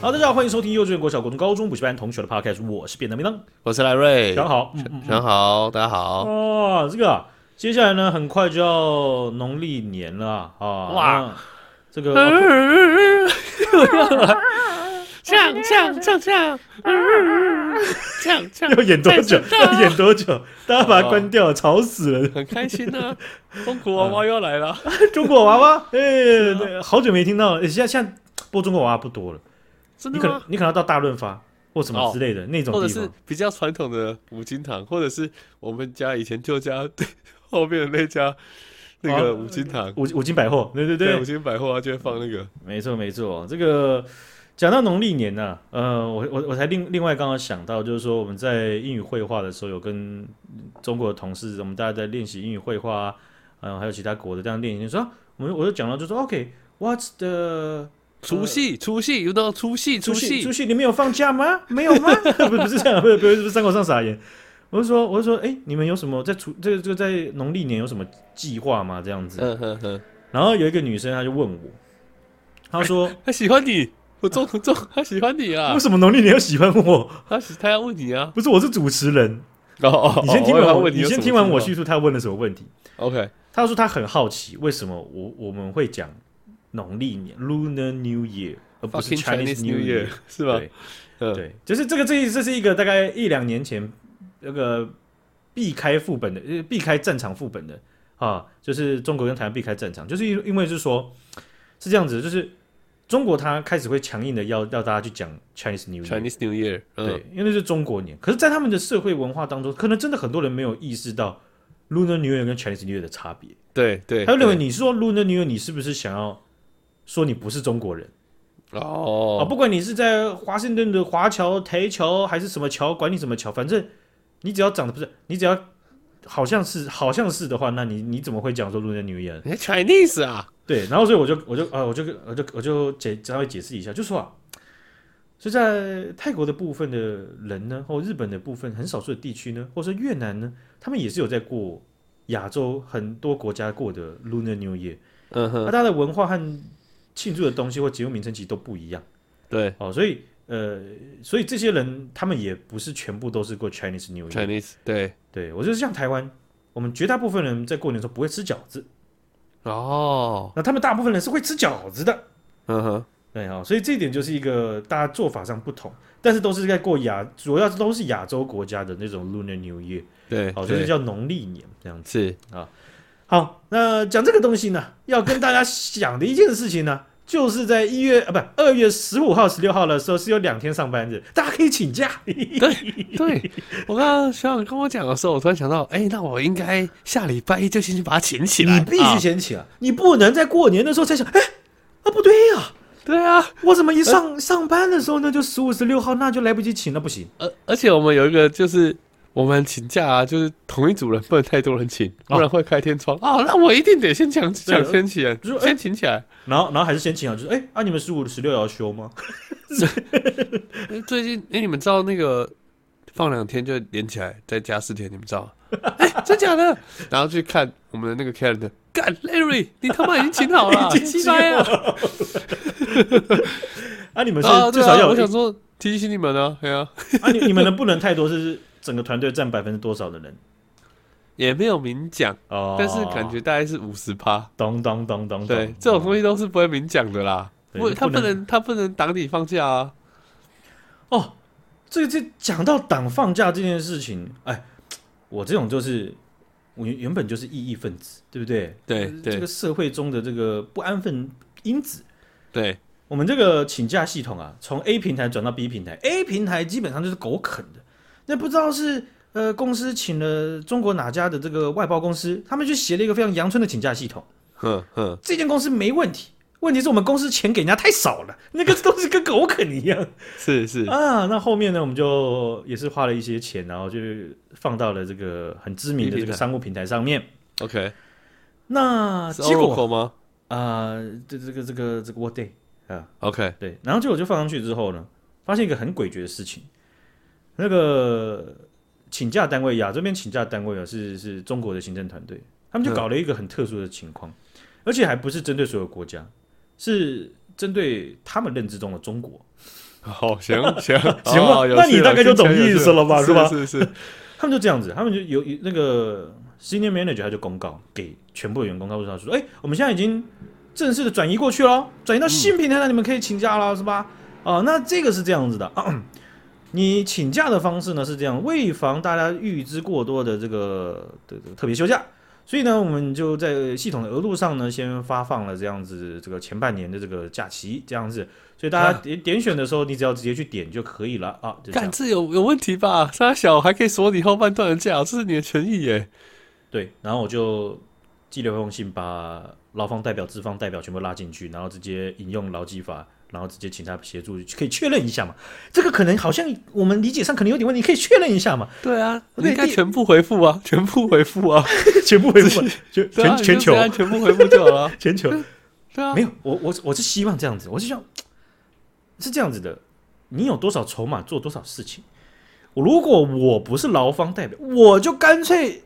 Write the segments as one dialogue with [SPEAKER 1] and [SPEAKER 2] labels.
[SPEAKER 1] 好，大家好，欢迎收听幼稚园、国小、国中、高中补习班同学的 podcast，我是变当变当，
[SPEAKER 2] 我是赖瑞，
[SPEAKER 1] 然后好，嗯嗯，
[SPEAKER 2] 然后好，大家好，
[SPEAKER 1] 哦，这个啊、接下来呢，很快就要农历年了啊，啊
[SPEAKER 2] 哇，
[SPEAKER 1] 那这个哦
[SPEAKER 2] 嗯唱唱唱唱，唱唱
[SPEAKER 1] 要演多久？要演多久？大家把它
[SPEAKER 2] 哦
[SPEAKER 1] 关掉，吵死 了。
[SPEAKER 2] 很开心呢，中国娃娃又要来了，
[SPEAKER 1] 中国娃娃，哎，
[SPEAKER 2] 啊
[SPEAKER 1] 对，好久没听到了，哎现在现在播中国娃娃不多了，
[SPEAKER 2] 真
[SPEAKER 1] 你
[SPEAKER 2] 的
[SPEAKER 1] 可能
[SPEAKER 2] 吗？哦
[SPEAKER 1] 你可能要到大润发或什么之类的、那种
[SPEAKER 2] 或者
[SPEAKER 1] 地
[SPEAKER 2] 是
[SPEAKER 1] 方，
[SPEAKER 2] 比较传统的五金堂，或者是我们家以前旧家后面的那家那个
[SPEAKER 1] 哦
[SPEAKER 2] 五金堂，
[SPEAKER 1] 五五金百货，对对对
[SPEAKER 2] 五，金百货啊，就会放那个，
[SPEAKER 1] 没错没错，这个讲到农历年呢、呃，我我我才另另外刚刚想到，就是说我们在英语绘画的时候，有跟中国的同事，我们大家在练习英语绘画、啊，嗯、还有其他国的这样练习，就说、啊我们我就讲到就说 OK，what's、the
[SPEAKER 2] 除夕嗯除夕，you know 除夕除
[SPEAKER 1] 除
[SPEAKER 2] 夕，
[SPEAKER 1] 夕你们有放假吗？没有吗？不不是这样，不是不是不是三口上傻眼。我就说，我就说，哎、你们有什么在除这个这个在农历年有什么计划吗？这样子。
[SPEAKER 2] 嗯哼哼，
[SPEAKER 1] 然后有一个女生，她就问我，她说，
[SPEAKER 2] 他喜欢你，我中中，他喜欢你啊
[SPEAKER 1] 为，什么农历年要喜欢我？
[SPEAKER 2] 他喜他要问你啊，
[SPEAKER 1] 不是，我是主持人。
[SPEAKER 2] 哦哦，
[SPEAKER 1] 你先听
[SPEAKER 2] 我以为
[SPEAKER 1] 完
[SPEAKER 2] 他
[SPEAKER 1] 我，
[SPEAKER 2] 问你
[SPEAKER 1] 你
[SPEAKER 2] 有什
[SPEAKER 1] 先
[SPEAKER 2] 么
[SPEAKER 1] 听完
[SPEAKER 2] 计
[SPEAKER 1] 我
[SPEAKER 2] 划
[SPEAKER 1] 叙述她问了什么问题。
[SPEAKER 2] ，OK，
[SPEAKER 1] 她说她很好奇，为什么我我们会讲农历年 （Lunar New Year） 而不是
[SPEAKER 2] fucking Chinese New
[SPEAKER 1] New
[SPEAKER 2] Year 是吧？
[SPEAKER 1] 对
[SPEAKER 2] 嗯
[SPEAKER 1] 对，就是这个，这这是一个大概一两年前那个避开副本的，呃避开战场副本的啊，就是中国跟台湾避开战场，就是因因为是说是这样子，就是中国它开始会强硬的要要大家去讲 Chinese New Year。
[SPEAKER 2] Chinese New Year，嗯
[SPEAKER 1] 对，，因为那是中国年。可是，在他们的社会文化当中，可能真的很多人没有意识到 Lunar New Year 跟 Chinese New Year 的差别。
[SPEAKER 2] 对对，
[SPEAKER 1] 他会认为
[SPEAKER 2] 对
[SPEAKER 1] 你说 Lunar New Year，你是不是想要说你不是中国人啊？
[SPEAKER 2] 哦，
[SPEAKER 1] 不管你是在华盛顿的华侨、台侨还是什么侨，管你什么侨，反正你只要长得不是，你只要好像是好像是的话，那你你怎么会讲说 Lunar New Year？
[SPEAKER 2] 你是 Chinese 啊，
[SPEAKER 1] 对，然后所以我就我就啊、我就我就我就解稍微解释一下，就说啊，所以在泰国的部分的人呢，或日本的部分很少数的地区呢，或者说越南呢，他们也是有在过亚洲很多国家过的 Lunar New Year，
[SPEAKER 2] 嗯
[SPEAKER 1] 那、
[SPEAKER 2] 哼，
[SPEAKER 1] 它的文化和庆祝的东西或节目名称其实都不一样
[SPEAKER 2] 对
[SPEAKER 1] 哦，所以呃，所以这些人他们也不是全部都是过 Chinese New Year，
[SPEAKER 2] ，Chinese，对，
[SPEAKER 1] 对我就是像台湾，我们绝大部分人在过年的时候不会吃饺子，
[SPEAKER 2] 哦，
[SPEAKER 1] 那他们大部分人是会吃饺子的。
[SPEAKER 2] 嗯哼，
[SPEAKER 1] 对啊、所以这一点就是一个大家做法上不同，但是都是在过亚，主要都是亚洲国家的那种 Lunar New Year，
[SPEAKER 2] 对，
[SPEAKER 1] 好、就是
[SPEAKER 2] 哦对
[SPEAKER 1] 叫农历年这样子。
[SPEAKER 2] 是
[SPEAKER 1] 好，那讲这个东西呢，要跟大家讲的一件事情呢，就是在一月啊，不，二月十五号、十六号的时候是有两天上班日，大家可以请假。
[SPEAKER 2] 对，我刚刚学长跟我讲的时候，我突然想到，哎，那我应该下礼拜一就先去把它请起来，
[SPEAKER 1] 你必须
[SPEAKER 2] 啊，
[SPEAKER 1] 先请啊，你不能在过年的时候才想，哎，啊不对呀、
[SPEAKER 2] 对啊，
[SPEAKER 1] 我怎么一上、上班的时候呢，就十五、十六号，那就来不及请，那不行。
[SPEAKER 2] 而而且我们有一个就是。我们请假啊，就是同一组人，不能太多人请，不然会开天窗。哦，那我一定得先抢抢先起来
[SPEAKER 1] 就是，哎
[SPEAKER 2] 先请起来。
[SPEAKER 1] 然后，然后还是先请啊，就是哎、啊，你们十五、十六要休吗？，
[SPEAKER 2] 呃最近，哎、你们知道那个放两天就连起来，再加四天，你们知道吗？哎、真假的？然后去看我们的那个 calendar，干 Larry，你他妈已经请好了
[SPEAKER 1] 已经
[SPEAKER 2] 七
[SPEAKER 1] 请好
[SPEAKER 2] 掰啊！
[SPEAKER 1] 啊，你们是
[SPEAKER 2] 啊，
[SPEAKER 1] 至
[SPEAKER 2] 对
[SPEAKER 1] 少
[SPEAKER 2] 啊，
[SPEAKER 1] 要
[SPEAKER 2] 我
[SPEAKER 1] 有
[SPEAKER 2] 想
[SPEAKER 1] 一
[SPEAKER 2] 说提醒你们啊，对啊，
[SPEAKER 1] 啊，你你们的不能太多，是 整个团队占百分之多少的人？
[SPEAKER 2] 也没有明讲，
[SPEAKER 1] 哦，
[SPEAKER 2] 但是感觉大概是五十趴。
[SPEAKER 1] 咚咚咚咚，
[SPEAKER 2] 对，这种东
[SPEAKER 1] 西
[SPEAKER 2] 西都是不会明讲的啦，
[SPEAKER 1] 对
[SPEAKER 2] 不，
[SPEAKER 1] 你
[SPEAKER 2] 他
[SPEAKER 1] 不
[SPEAKER 2] 不
[SPEAKER 1] 能
[SPEAKER 2] 能，他不能挡你放假啊。
[SPEAKER 1] 哦，这这讲到党放假这件事情，哎，我这种就是我原原本就是异议分子，对不对？
[SPEAKER 2] 对
[SPEAKER 1] 这
[SPEAKER 2] 对
[SPEAKER 1] 个社会中的这个不安分因子。
[SPEAKER 2] 对，
[SPEAKER 1] 我们这个请假系统啊，从 A 平台转到 B 平台，A 平台基本上就是狗啃的。那不知道是呃公司请了中国哪家的这个外包公司，他们去写了一个非常阳春的请假系统。
[SPEAKER 2] 哼哼，
[SPEAKER 1] 这间公司没问题，问题是我们公司钱给人家太少了，那个都是跟狗啃一样
[SPEAKER 2] 是 是，
[SPEAKER 1] 啊。那后面呢，我们就也是花了一些钱，然后就放到了这个很知名的这
[SPEAKER 2] 平
[SPEAKER 1] 个
[SPEAKER 2] 台
[SPEAKER 1] 商务平台上面。
[SPEAKER 2] OK，
[SPEAKER 1] 那
[SPEAKER 2] 是
[SPEAKER 1] 结果
[SPEAKER 2] Oracle 吗
[SPEAKER 1] 啊，这、这个这个这个 What Day 啊，
[SPEAKER 2] ？OK，
[SPEAKER 1] 对，然后结果就放上去之后呢，发现一个很诡谲的事情，那个请假单位亚这边请假单位啊是是中国的行政团队，他们就
[SPEAKER 2] 嗯
[SPEAKER 1] 搞了一个很特殊的情况，而且还不是针对所有国家，是针对他们认知中的中国。
[SPEAKER 2] 好，哦行行
[SPEAKER 1] 行吧
[SPEAKER 2] 哦有
[SPEAKER 1] 那
[SPEAKER 2] 趣
[SPEAKER 1] 你大概就
[SPEAKER 2] 听起来
[SPEAKER 1] 懂
[SPEAKER 2] 有
[SPEAKER 1] 意
[SPEAKER 2] 趣
[SPEAKER 1] 思了吧
[SPEAKER 2] 是
[SPEAKER 1] 是吧
[SPEAKER 2] 是是，
[SPEAKER 1] 他们就这样子，他们就有那个 senior manager 他就公告给全部的员工，告诉他说：“哎、我们现在已经正式的转移过去了，转移到新平台了，你们可以请假了，是吧？”啊、那这个是这样子的， 你请假的方式呢是这样，为防大家预支过多的这个的的特别休假，所以呢，我们就在系统的额度上呢，先发放了这样子这个前半年的这个假期，这样子，所以大家
[SPEAKER 2] 啊
[SPEAKER 1] 点、点选的时候，你只要直接去点就可以了啊。就这样
[SPEAKER 2] 干这有有问题吧？沙小还可以锁你后半段的假，这是你的权益耶。
[SPEAKER 1] 对，然后我就寄了一封信，把劳方代表、资方代表全部拉进去，然后直接引用劳基法，然后直接请他协助，可以确认一下嘛？这个可能好像我们理解上可能有点问题，可以确认一下嘛？
[SPEAKER 2] 对啊，
[SPEAKER 1] 我
[SPEAKER 2] 你应该
[SPEAKER 1] 内地
[SPEAKER 2] 全部回复啊， 全部回复啊，
[SPEAKER 1] 全部回复，全
[SPEAKER 2] 对啊
[SPEAKER 1] 全全球
[SPEAKER 2] 你就这样全部回复就好了啊。
[SPEAKER 1] 全球
[SPEAKER 2] 对啊
[SPEAKER 1] 没，有，我我我是希望这样子，我是想是这样子的，你有多少筹码做多少事情。如果我不是劳方代表，我就干脆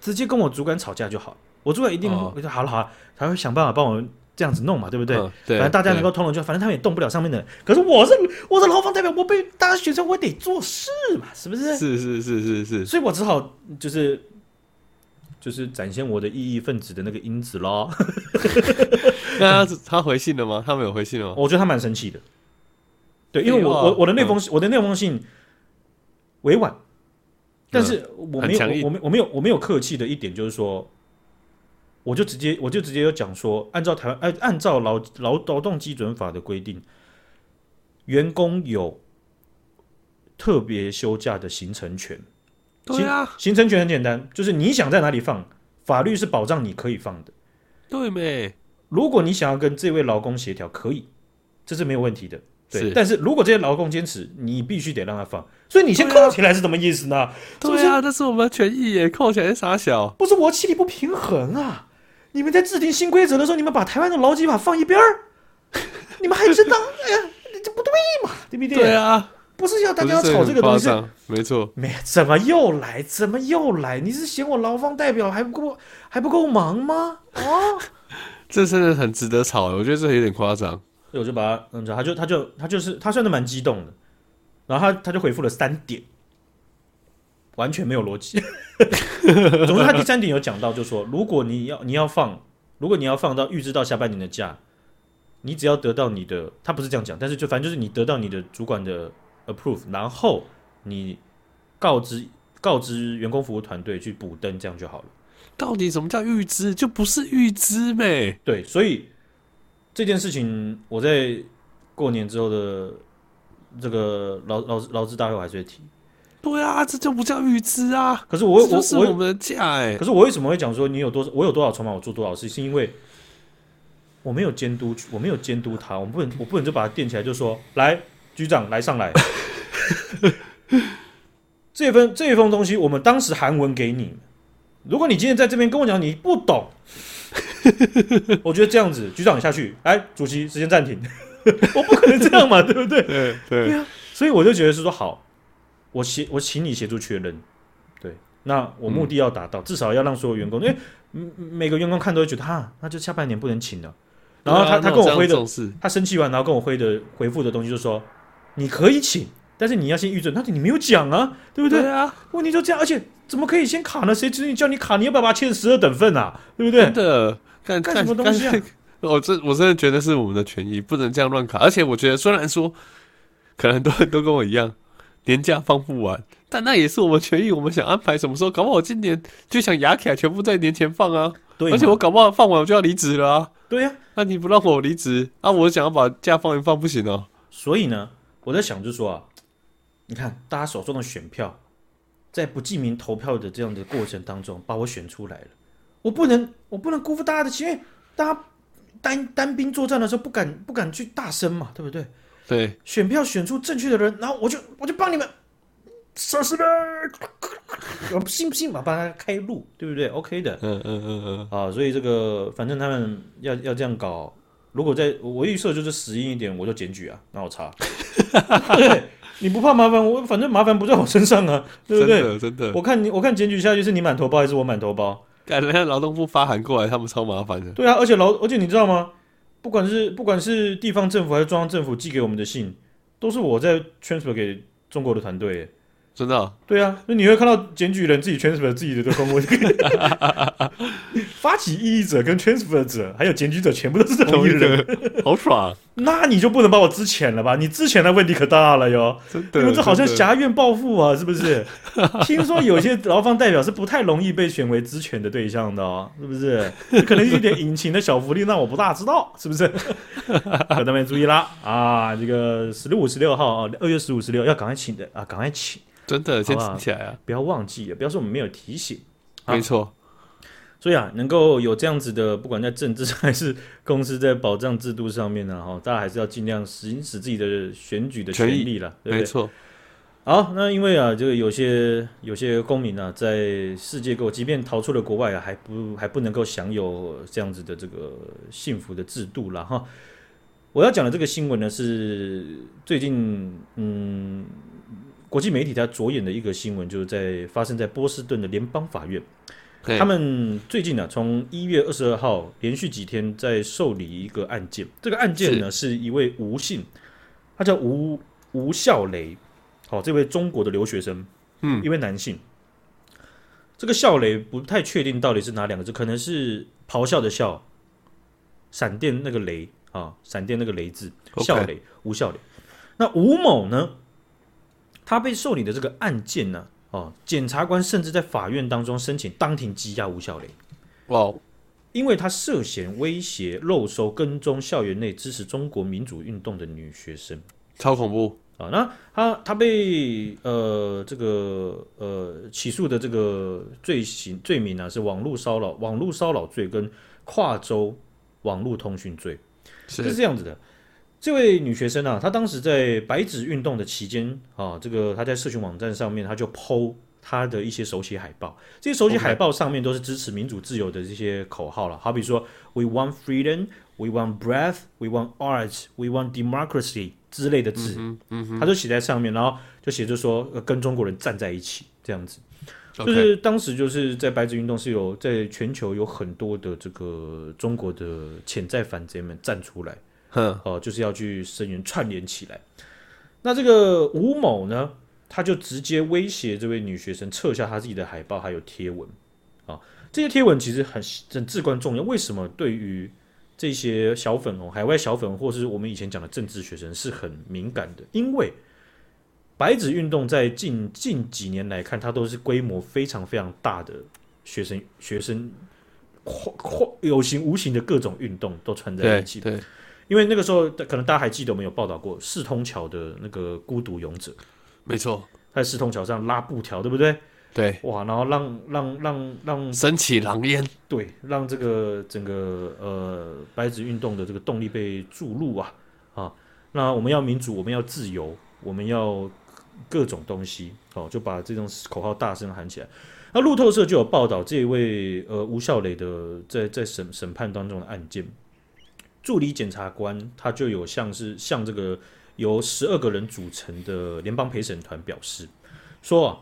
[SPEAKER 1] 直接跟我主管吵架就好了。我主管一定
[SPEAKER 2] 哦
[SPEAKER 1] 会说、好了好了，他会想办法帮我这样子弄嘛，对不对？
[SPEAKER 2] 嗯对，
[SPEAKER 1] 反正大家能够
[SPEAKER 2] 对
[SPEAKER 1] 通融就好，反正他们也动不了上面的人。可是我是我是劳方代表，我被大家选上，我得做事嘛，是不是？
[SPEAKER 2] 是是是是是，
[SPEAKER 1] 所以我只好就是就是展现我的异议分子的那个因子咯。
[SPEAKER 2] 那他他回信了吗？他们有回信了吗？
[SPEAKER 1] 我觉得他蛮生气的，对，因为我
[SPEAKER 2] 废话
[SPEAKER 1] 我我的那封我的那封信委婉，但是我没
[SPEAKER 2] 嗯很强
[SPEAKER 1] 有
[SPEAKER 2] 硬
[SPEAKER 1] 我我没我没有我没有客气的一点就是说，我就直接我就直接有讲说，按照台湾按按照劳劳劳动基准法的规定，员工有特别休假的行程权，
[SPEAKER 2] 对啊，
[SPEAKER 1] 行程权很简单，就是你想在哪里放，法律是保障你可以放的。
[SPEAKER 2] 对没？
[SPEAKER 1] 如果你想要跟这位劳工协调，可以，这是没有问题的。对，
[SPEAKER 2] 是
[SPEAKER 1] 但是如果这些劳工坚持，你必须得让他放，所以你先
[SPEAKER 2] 对啊
[SPEAKER 1] 扣起来是什么意思呢？是不
[SPEAKER 2] 对
[SPEAKER 1] 是
[SPEAKER 2] 啊，那是我们的权益耶，扣起来是傻小。
[SPEAKER 1] 不是我心里不平衡啊！你们在制定新规则的时候，你们把台湾的劳基法放一边儿， 你们还真当哎呀，这不对嘛，对不对？
[SPEAKER 2] 对啊，
[SPEAKER 1] 不是要大
[SPEAKER 2] 不
[SPEAKER 1] 家
[SPEAKER 2] 是
[SPEAKER 1] 要吵这
[SPEAKER 2] 很
[SPEAKER 1] 个东
[SPEAKER 2] 夸
[SPEAKER 1] 西，
[SPEAKER 2] 张，没错。
[SPEAKER 1] 没怎么又来，怎么又来？你是嫌我劳方代表还不够还不够忙吗？
[SPEAKER 2] 哦
[SPEAKER 1] 啊！
[SPEAKER 2] 这真的很值得吵，我觉得这有点夸张。
[SPEAKER 1] 所以我就把他弄出来，他就他就他就是他算的蛮激动的，然后他他就回复了三点，完全没有逻辑。 总之，他第三点有讲到，就说如果你要你要放，如果你要放到预支到下半年的假，你只要得到你的，他不是这样讲，但是就反正就是你得到你的主管的 approve，然后你告知告知员工服务团队去补登，这样就好了。
[SPEAKER 2] 到底什么叫预知？就不是预知呗。
[SPEAKER 1] 对，所以这件事情我在过年之后的这个劳劳劳资大会我还是会提。
[SPEAKER 2] 对啊，这就不叫预知啊，
[SPEAKER 1] 可是我
[SPEAKER 2] 这
[SPEAKER 1] 我
[SPEAKER 2] 就是我
[SPEAKER 1] 我，
[SPEAKER 2] 们的价哎、
[SPEAKER 1] 可是我为什么会讲说你有多我有多少筹码，我做多少事，是因为我没有监督，我没有监督他，我不能我不能就把他垫起来，就说来局长来上来。 这份这封东西，我们当时韩文给你。如果你今天在这边跟我讲你不懂， 我觉得这样子，局长你下去，来，主席时间暂停。 我不可能这样嘛，对不对？
[SPEAKER 2] 对对啊
[SPEAKER 1] 所以我就觉得是说好，我协我请你协助确认，对，那我目的要达
[SPEAKER 2] 嗯
[SPEAKER 1] 到，至少要让所有员工，因为嗯每个员工看都会觉得哈，那就下半年不能请了。然后
[SPEAKER 2] 啊
[SPEAKER 1] 他、他跟我挥的，
[SPEAKER 2] 是
[SPEAKER 1] 他生气完，然后跟我挥的回复的东西就说，你可以请，但是你要先预准，那你没有讲啊，对不对？
[SPEAKER 2] 对啊，
[SPEAKER 1] 问题就这样，而且怎么可以先卡呢？谁指你叫你卡？你要不要把它切成十二等份啊？对不对
[SPEAKER 2] 真？的干
[SPEAKER 1] 干什么东西啊？
[SPEAKER 2] 干 干我真我真的觉得是我们的权益，不能这样乱卡。而且我觉得，虽然说可能很多人都跟我一样，年假放不完，但那也是我们权益。我们想安排什么时候，搞不好我今年就想牙卡全部在年前放啊。
[SPEAKER 1] 对嘛，
[SPEAKER 2] 而且我搞不好放完我就要离职了啊。
[SPEAKER 1] 对呀、
[SPEAKER 2] 那你不让我离职啊？我想要把假放一放，不行哦。
[SPEAKER 1] 所以呢，我在想，就是说啊，你看大家手中的选票，在不记名投票的这样的过程当中，把我选出来了，我不能，我不能辜负大家的期望，因为大家单单兵作战的时候不敢不敢去大声嘛，对不对？
[SPEAKER 2] 对，
[SPEAKER 1] 选票选出正确的人，然后我就我就帮你们收拾呗，我信不信嘛？帮他开路，对不对？OK 的，
[SPEAKER 2] 嗯嗯嗯嗯，
[SPEAKER 1] 啊，所以这个反正他们要要这样搞，如果在我预设就是死硬一点，我就检举啊，那我查。 对，你不怕麻烦我，反正麻烦不在我身上啊，对不
[SPEAKER 2] 真
[SPEAKER 1] 对？
[SPEAKER 2] 的真的。
[SPEAKER 1] 我看你，我看检举下去是你满头包还是我满头包？
[SPEAKER 2] 感人家劳动部发函过来，他们超麻烦的。
[SPEAKER 1] 对啊，而且劳，而且你知道吗？不管是不管是地方政府还是中央政府寄给我们的信，都是我在 transfer 给中国的团队耶。
[SPEAKER 2] 真的哦、
[SPEAKER 1] 对啊，那你会看到检举人自己 transfer 自己的公文， 发起异议者跟 transfer 者还有检举者全部都是同一人，
[SPEAKER 2] 人，好爽，啊
[SPEAKER 1] 那你就不能把我支遣了吧？你支遣的问题可大了哟。
[SPEAKER 2] 真的。
[SPEAKER 1] 你们这好像
[SPEAKER 2] 真的
[SPEAKER 1] 挟怨报复啊，是不是？ 听说有些劳方代表是不太容易被选为支权的对象的哦，是不是？可能有点隐情的小福利，让我不大知道，是不 是？各位们注意啦啊！这个十六五十六号啊，二月十五十六要赶快请的啊，赶快请，
[SPEAKER 2] 真的先
[SPEAKER 1] 好吧
[SPEAKER 2] 请起来啊，
[SPEAKER 1] 不要忘记了，不要说我们没有提醒。好
[SPEAKER 2] 没错，
[SPEAKER 1] 所以啊，能够有这样子的，不管在政治上还是公司在保障制度上面呢，哈，大家还是要尽量行使自己的选举的权
[SPEAKER 2] 权益
[SPEAKER 1] 利了，对不
[SPEAKER 2] 没
[SPEAKER 1] 对？
[SPEAKER 2] 错，
[SPEAKER 1] 好，那因为啊，这个有些有些公民啊，在世界各国，即便逃出了国外啊，还不还不能够享有这样子的这个幸福的制度啦。哈。我要讲的这个新闻呢，是最近嗯，国际媒体它着眼的一个新闻，就是在发生在波士顿的联邦法院。
[SPEAKER 2] 嘿
[SPEAKER 1] 他们最近呢、从一月二十二号连续几天在受理一个案件。这个案件呢，是一位吴姓，他叫吴吴孝雷，好、这位中国的留学生，
[SPEAKER 2] 嗯，
[SPEAKER 1] 一位男性。这个孝雷不太确定到底是哪两个字，可能是咆哮的哮，闪电那个雷啊，闪电那个雷字，
[SPEAKER 2] OK
[SPEAKER 1] 孝雷吴孝雷。那吴某呢，他被受理的这个案件呢、哦，检察官甚至在法院当中申请当庭羁押吴孝雷，
[SPEAKER 2] 哇哦，
[SPEAKER 1] 因为他涉嫌威胁、漏收、跟踪校园内支持中国民主运动的女学生。
[SPEAKER 2] 超恐怖，
[SPEAKER 1] 啊，那他他被呃这个呃起诉的这个罪行罪名啊呢、是网络骚扰、网络骚扰罪跟跨州网络通讯罪。是
[SPEAKER 2] 是
[SPEAKER 1] 这样子的。这位女学生啊，她当时在白纸运动的期间啊，这个她在社群网站上面，她就剖她的一些手写海报。这些手写
[SPEAKER 2] OK
[SPEAKER 1] 海报上面都是支持民主自由的这些口号了，好比说 “We want freedom”。We want breath, we want art, we want democracy 之类的字，
[SPEAKER 2] 嗯嗯
[SPEAKER 1] 她就写在上面，然后就写着说、呃跟中国人站在一起这样子。就
[SPEAKER 2] ，OK，
[SPEAKER 1] 是当时就是在白纸运动是有在全球有很多的这个中国的潜在反贼们站出来，
[SPEAKER 2] 哼，
[SPEAKER 1] 哦，就是要去声援串联起来。那这个吴某呢，他就直接威胁这位女学生撤下她自己的海报还有贴文啊、这些贴文其实很很至关重要。为什么对于这些小粉红、海外小粉红，或是我们以前讲的政治学生是很敏感的？因为白纸运动在近近几年来看，它都是规模非常非常大的学生学生跨跨有形无形的各种运动都串在
[SPEAKER 2] 对
[SPEAKER 1] 一起。
[SPEAKER 2] 对，
[SPEAKER 1] 因为那个时候，可能大家还记得我们有报道过四通桥的那个孤独勇者，
[SPEAKER 2] 没错，
[SPEAKER 1] 他在四通桥上拉布条，对不对？
[SPEAKER 2] 对，
[SPEAKER 1] 哇，然后让让让让
[SPEAKER 2] 升起狼烟，
[SPEAKER 1] 对让这个整个呃白纸运动的这个动力被注入啊啊！那我们要民主，我们要自由，我们要各种东西哦，就把这种口号大声喊起来。那路透社就有报道这一位呃吴孝磊的在在审审判当中的案件，助理检察官他就有像是向这个由十二个人组成的联邦陪审团表示说、啊，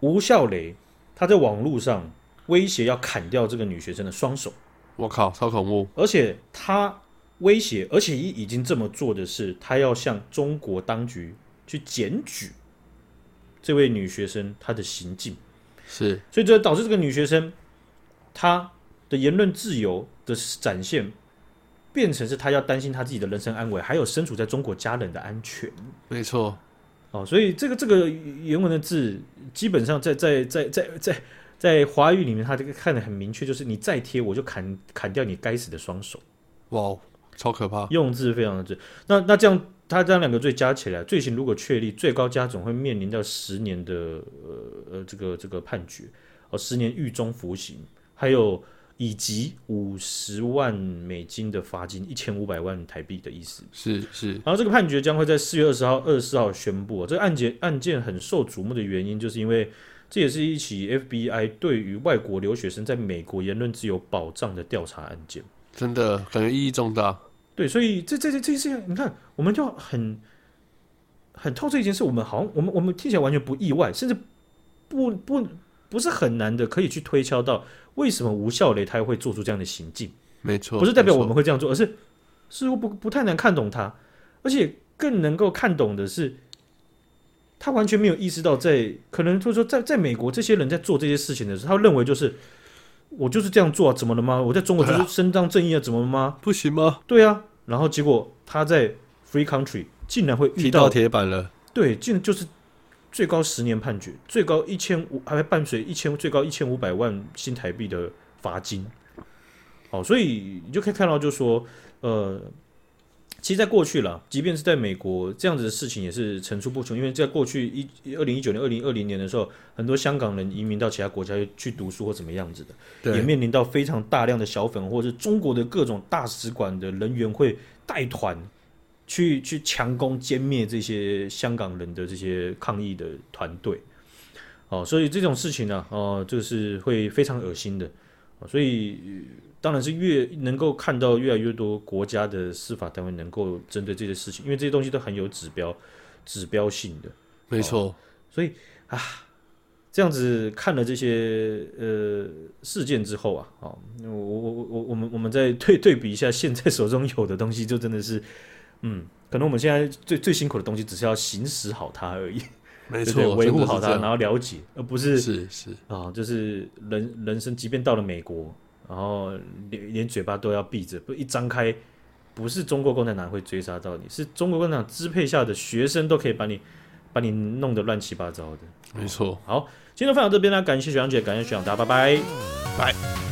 [SPEAKER 1] 吴孝磊他在网络上威胁要砍掉这个女学生的双手，
[SPEAKER 2] 我靠，超恐怖，
[SPEAKER 1] 而且他威胁，而且已已经这么做的是，他要向中国当局去检举这位女学生她的行径。
[SPEAKER 2] 是
[SPEAKER 1] 所以这导致这个女学生她的言论自由的展现，变成是她要担心她自己的人身安危，还有身处在中国家人的安全
[SPEAKER 2] 没错，
[SPEAKER 1] 哦。所以这个这个原文的字，基本上在在在在在在华语里面，它这个看得很明确，就是你再贴我就砍砍掉你该死的双手，
[SPEAKER 2] 哇哦，超可怕，
[SPEAKER 1] 用字非常的准。那那这样。他这样两个罪加起来，罪行如果确立，最高家总会面临到十年的呃呃这个这个判决。哦，十年狱中服刑，还有以及五十万美金的罚金，一千五百万台币的意思。
[SPEAKER 2] 是是，
[SPEAKER 1] 然后这个判决将会在四月二十号、二十四号宣布。哦这个案件案件很受瞩目的原因，就是因为这也是一起 FBI 对于外国留学生在美国言论自由保障的调查案件。
[SPEAKER 2] 真的感觉意义重大，
[SPEAKER 1] 对，所以这这这这些事情，你看，我们就很很透彻一件事，我们好像我们我们听起来完全不意外，甚至不不不是很难的，可以去推敲到为什么吴孝雷他会做出这样的行径，
[SPEAKER 2] 没错，
[SPEAKER 1] 不是代表
[SPEAKER 2] 没
[SPEAKER 1] 我
[SPEAKER 2] 错
[SPEAKER 1] 们会这样做，而是似乎不不太难看懂他，而且更能够看懂的是，他完全没有意识到在，可能就是说在在美国这些人在做这些事情的时候，他认为就是我就是这样做、啊，怎么了吗？我在中国就
[SPEAKER 2] 对
[SPEAKER 1] 是
[SPEAKER 2] 啊
[SPEAKER 1] 伸张正义啊，怎么了吗？
[SPEAKER 2] 不行吗？
[SPEAKER 1] 对啊，然后结果他在 free country 竟然会遇
[SPEAKER 2] 踢
[SPEAKER 1] 到
[SPEAKER 2] 到铁板了，
[SPEAKER 1] 对，竟然就是最高十年判决，最高一千五，还伴随一千最高一千五百万新台币的罚金。哦，所以你就可以看到，就是说，呃，其实，在过去了，即便是在美国，这样子的事情也是层出不穷。因为在过去一二零一九年、二零二零年的时候，很多香港人移民到其他国家去读书或怎么样子的。也
[SPEAKER 2] 对，
[SPEAKER 1] 面临到非常大量的小粉，或者是中国的各种大使馆的人员会带团去去强攻歼灭这些香港人的这些抗议的团队。哦，所以这种事情呢、哦，这个是会非常恶心的。哦、所以呃当然是越能够看到越来越多国家的司法单位能够针对这些事情，因为这些东西都很有指标指标性的。
[SPEAKER 2] 没错，
[SPEAKER 1] 所以啊，这样子看了这些呃事件之后啊，哦，我我我我我们我们再对对比一下现在手中有的东西，就真的是，嗯，可能我们现在最最辛苦的东西，只是要行使好它而已，
[SPEAKER 2] 没
[SPEAKER 1] 对
[SPEAKER 2] 错，
[SPEAKER 1] 对维护
[SPEAKER 2] 真的是
[SPEAKER 1] 好它，
[SPEAKER 2] 这样
[SPEAKER 1] 然后了解，而不是
[SPEAKER 2] 是是，
[SPEAKER 1] 啊，就是人人生，即便到了美国，然后连连嘴巴都要闭着，不一张开，不是中国共产党会追杀到你，是中国共产党支配下的学生都可以把你把你弄得乱七八糟的。
[SPEAKER 2] 没错。
[SPEAKER 1] 今天的分享到这边呢，感谢学长姐，感谢学长，大家拜拜。
[SPEAKER 2] 拜。